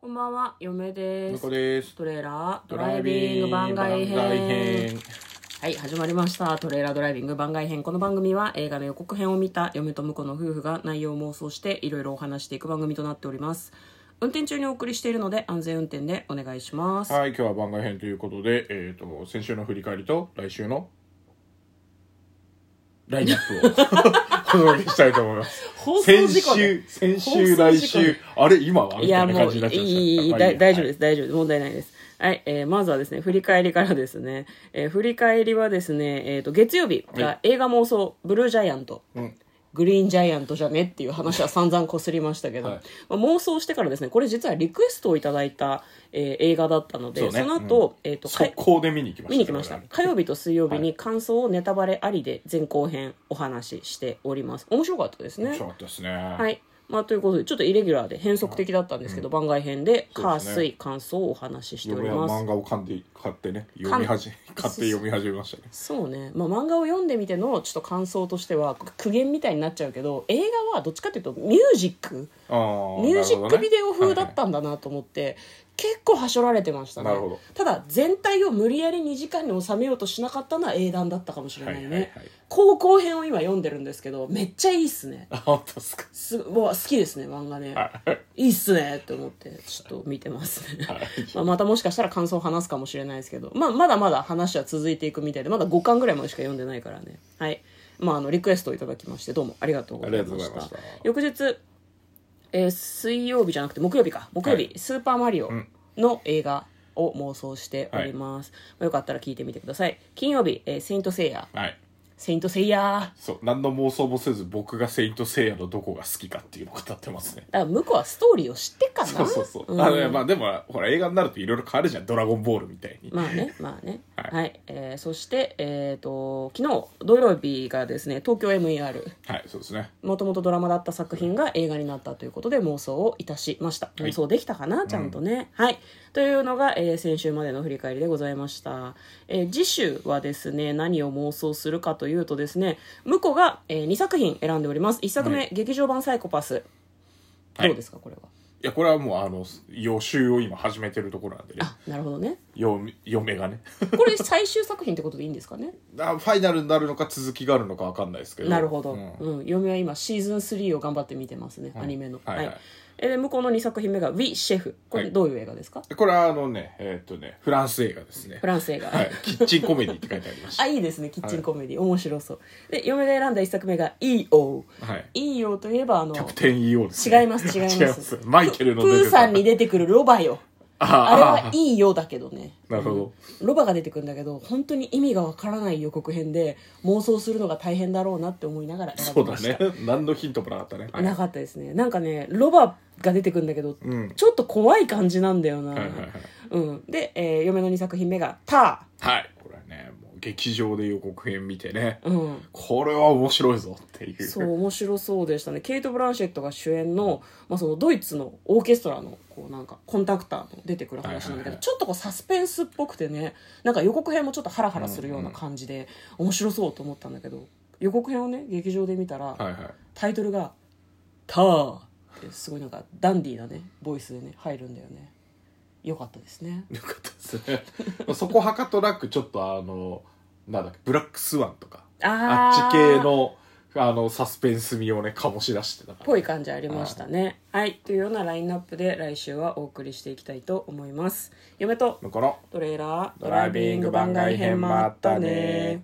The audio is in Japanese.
こんばんは、嫁で向すこ。うですトレーラードライビング番外編。番外編はい、始まりました。トレーラードライビング番外編。この番組は映画の予告編を見た嫁と婿の夫婦が内容を妄想していろいろお話していく番組となっております。運転中にお送りしているので安全運転でお願いします。はい今日は番外編ということで、えー、と先週の振り返りと来週のラインナップを お届けしたいと思います放先週先週放送来事故週あれ今はいみたやいなも感うじいになっちゃいましたいいいまあだい大丈夫ですす大丈夫です問題ないですはい、えーまずはですね振り返りからですね、えー振り返りはですね、えー、と月曜日はが映画妄想「ブルージャイアント」うんグリーンジャイアントじゃねっていう話は散々こすりましたけど、はいまあ妄想してからですねこれ実はリクエストをいただいた、えー映画だったのでそそ,、うねの後、えっ、と速攻で見に行きました見に来ました火曜日と水曜日はに感想をネタバレありで前後編お話ししております面白かったですね面白かったですねは。はいまあ、ということで、ちょっとイレギュラーで変則的だったんですけど、番外編で、そう火、ですね水、感想をお話ししており嫁はます漫。画を買って買ってね読 み始め買って読み始めましたねそうね、まあ、漫画を読んでみてのちょっと感想としてはく苦言みたいになっちゃうけど映画はどっちかっていうとミュージックあーミュージックビデオ風だっなるほどねはいはいたんだなと思って、結構はしょられてましたねなるほどただ全体を無理やり2時間に収めようとしなかったのは英断だったかもしれないね、はいはいはい高校編を今読んでるんですけどめっちゃいいっすねあ本当ですかすもう好きですね漫画ね、はいいいっすねって思ってちょっと見てますね、まあまたもしかしたら感想を話すかもしれないですけど、まあ、まだまだ話は続いていくみたいでまだ5巻ぐらいまでしか読んでないからねはいまああのリクエストをいただきましてどうもありがとうございまありがしとうごたざいました翌日、えー水曜日じゃなくて木曜日か木曜日、はスーパーマリオんの映画を妄想しております、まあよかったら聞いてみてください金曜日、えーセイントセイヤはいセイントセイヤーそう何の妄想もせず僕が「セイント・セイヤ」のどこが好きかっていうのを語ってますねだから向こうはストーリーを知ってっからなそうそうそう、んあのねまあでもほら映画になるといろいろ変わるじゃん「ドラゴンボール」みたいに、まあね、まあね。は、はいいえーそして、えっ、と、昨日、土曜日がですね、東京 MER、はいそうですねもともとドラマだった作品が映画になったということで妄想をいたしました。はい妄想できたかな、ちゃんとね。はい。というのが、えー先週までの振り返りでございました。えー次週はですね、何を妄想するかというとですね、向こうが、え2作品選んでおります。1作目、はい劇場版サイコパス。はいどうですか、これは。いやこれはもうあの予習を今始めてるところなんでねあ、なるほどね。嫁嫁がねこれ最終作品ってことでいいんですかねあファイナルになるのか続きがあるのかわかんないですけどなるほど、ううんん嫁は今シーズン3を頑張って見てますね、アニメのは、はいいはいえー向こうの2作品目が「We シェフ」これはいどういう映画ですか、これはあのねえーっとねフランス映画ですねフランス映画、はい、キッチンコメディって書いてありま しあいいですねキッチンコメディ、面白そうで嫁が選んだ1作目が「EO た、はい」、 EO といえばあのキャプテン EO です、違います違います マイケルのプ出てたーさんに出てくるロバよあれ あは「EO」だけどねあなるほど、ロバが出てくるんだけど本当に意味がわからない予告編で妄想するのが大変だろうなって思いながら選そびうまだしたね何のヒントもなかったね、はいなかったですねなんかねロバが出てくるんだけど、うんちょっと怖い感じなんだよな、はいはいはいうん、で、えー嫁の2作品目が「タはいこれはねもう劇場で予告編見てね、ー」うんこれは面白いぞっていうそう面白そうでしたねケイト・ブランシェットが主演の,、まあ、そのドイツのオーケストラのこうなんかコンタクターの出てくる話なんだけど、はいはいはいちょっとこうサスペンスっぽくてねなんか予告編もちょっとハラハラするような感じで、面白そうと思ったんだけど予告編をね劇場で見たら、はいはいタイトルが「ター」ってすごいなんかダンディーなねボイスでね入るんだよねよかったですねよかったです ねそこはかとなくちょっとあのなんだっけブラックスワンとかああっち系っのあのサスペンス味をね醸し出してたからぽい感じありましたねはいというようなラインナップで来週はお送りしていきたいと思います嫁とだからトレーラードドライビング番外編もあったね